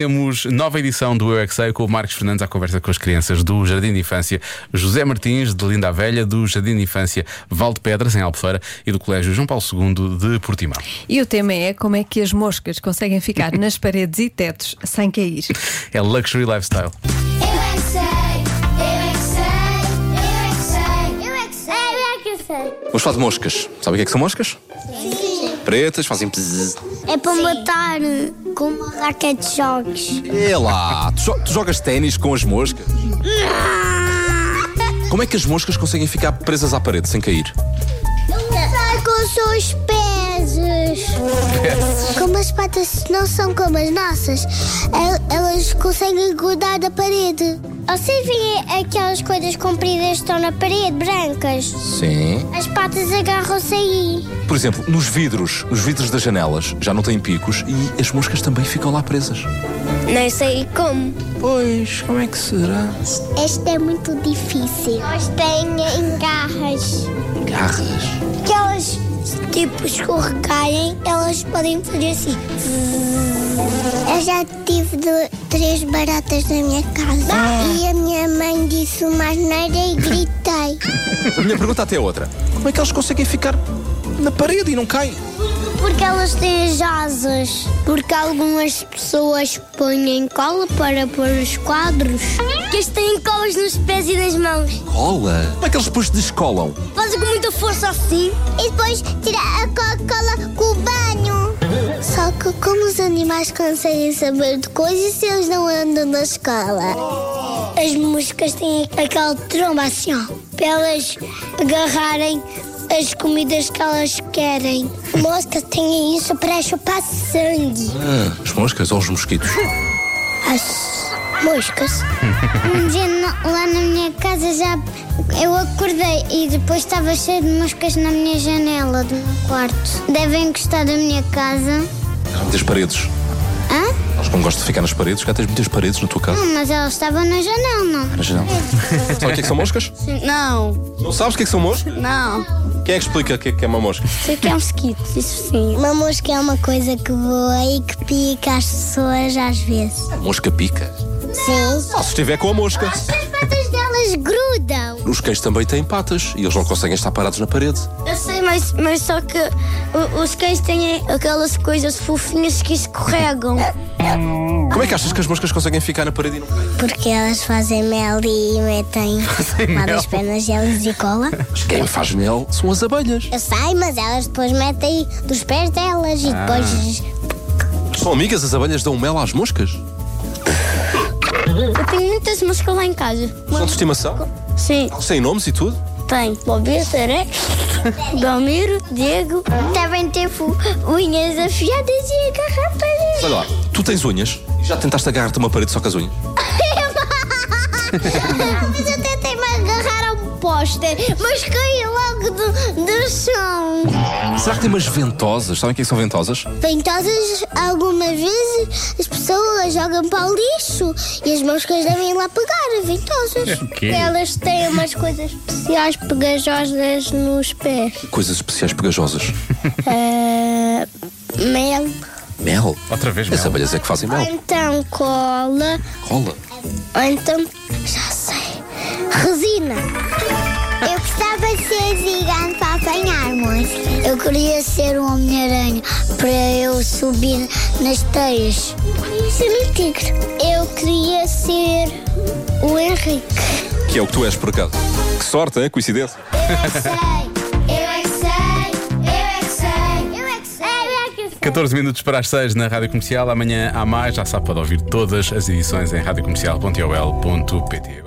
Temos nova edição do Eu é Que Sei, com o Marcos Fernandes à conversa com as crianças do Jardim de Infância José Martins, de Linda a Velha, do Jardim de Infância Valde Pedras, em Albufeira, e do Colégio João Paulo II de Portimão. E o tema é como é que as moscas conseguem ficar nas paredes e tetos sem cair. É Luxury Lifestyle. Eu é que sei, eu é que sei, eu é que sei, eu é que sei, eu Vamos falar de moscas. Sabe o que é que são moscas? é que sei. Pretas, fazem pzzz. É para matar com uma raquete de jogos. É lá, tu, jo- tu jogas ténis com as moscas. Como é que as moscas conseguem ficar presas à parede sem cair? Eu sei com seus pés. Como as patas não são como as nossas, el- elas conseguem grudar da parede. Vocês veem aquelas coisas compridas que estão na parede, brancas? Sim. As patas agarram-se aí. Por exemplo, nos vidros, os vidros das janelas já não têm picos e as moscas também ficam lá presas. Não sei como. Pois, como é que será? Esta é muito difícil. Nós têm garras. Garras. que elas, tipo, escorregarem, elas podem fazer assim. Eu já tive do- três baratas na minha casa e a minha mãe disse uma asneira e gritei. A minha pergunta até é outra. Como é que elas conseguem ficar na parede e não caem? Porque elas têm as asas. Porque algumas pessoas põem cola para pôr os quadros. Que eles têm colas nos pés e nas mãos. Cola. Como é que eles depois descolam? Fazem com muita força assim. E depois tira a Coca-Cola com o banho. Só que como os animais conseguem saber de coisas se eles não andam na escola? As moscas têm aquela tromba assim, ó. Para elas agarrarem as comidas que elas querem. Moscas têm isso para chupar sangue. Ah, as moscas ou os mosquitos? As moscas. Um dia na- lá na minha casa já eu acordei e depois estava cheio de moscas na minha janela do meu quarto. Devem gostar da minha casa. Há muitas paredes. Hã? Elas como gostam de ficar nas paredes, cá tens muitas paredes no tua casa. Não, mas elas estavam na janela, não? Na janela. Sabe o que é que são moscas? Não, Não sabes o que é que são moscas? não. Quem é que explica o que é que é uma mosca? Sei que é um mosquito, isso sim. Uma mosca é uma coisa que voa e que pica as pessoas às vezes. Mosca pica. Sim. Só se estiver com a mosca. As patas delas grudam. Os queijos também têm patas e eles não conseguem estar parados na parede. Eu sei, mas, mas só que o- os cães têm aquelas coisas fofinhas que escorregam. Como é que achas que as moscas conseguem ficar na parede e não caem? Porque elas fazem mel e metem lá das pernas delas e cola. Mas quem faz mel são as abelhas. Eu sei, mas elas depois metem dos pés delas e Ah. depois. São amigas, as abelhas dão mel às moscas. Eu tenho muitas moscas lá em casa. São de estimação? Sim, Sem nomes e tudo? tem. Bobita, né? Belmiro, Diego. Devem ter unhas afiadas e agarrar para Olha lá, tu tens unhas e já tentaste agarrar-te a uma parede só com as unhas. Mas eu tentei me agarrar a um póster, mas caí logo do, do chão. Será que tem umas ventosas? Sabem o que é que são ventosas? Ventosas, algumas vezes as pessoas jogam para o lixo e as moscas devem ir lá pegar ventosas. O quê? Elas têm umas coisas especiais pegajosas nos pés. Ah, Coisas especiais pegajosas. mel. Mel? Outra vez, As mel. abelhas é que fazem Ou mel. então cola. Cola. Ou então, já sei, resina. Eu gostava de ser gigante para apanhar moscas. Eu queria ser um Homem-Aranha para eu subir nas teias. Queria ser um tigre. Eu queria ser o Henrique. Que é o que tu és, por acaso. Que sorte, é? Coincidência. Eu é que sei, eu é que sei, eu é que sei, eu é que sei. 14 minutos para as 6 na Rádio Comercial. Amanhã há mais. Já sabe, pode ouvir todas as edições em radiocomercial.ol.pt.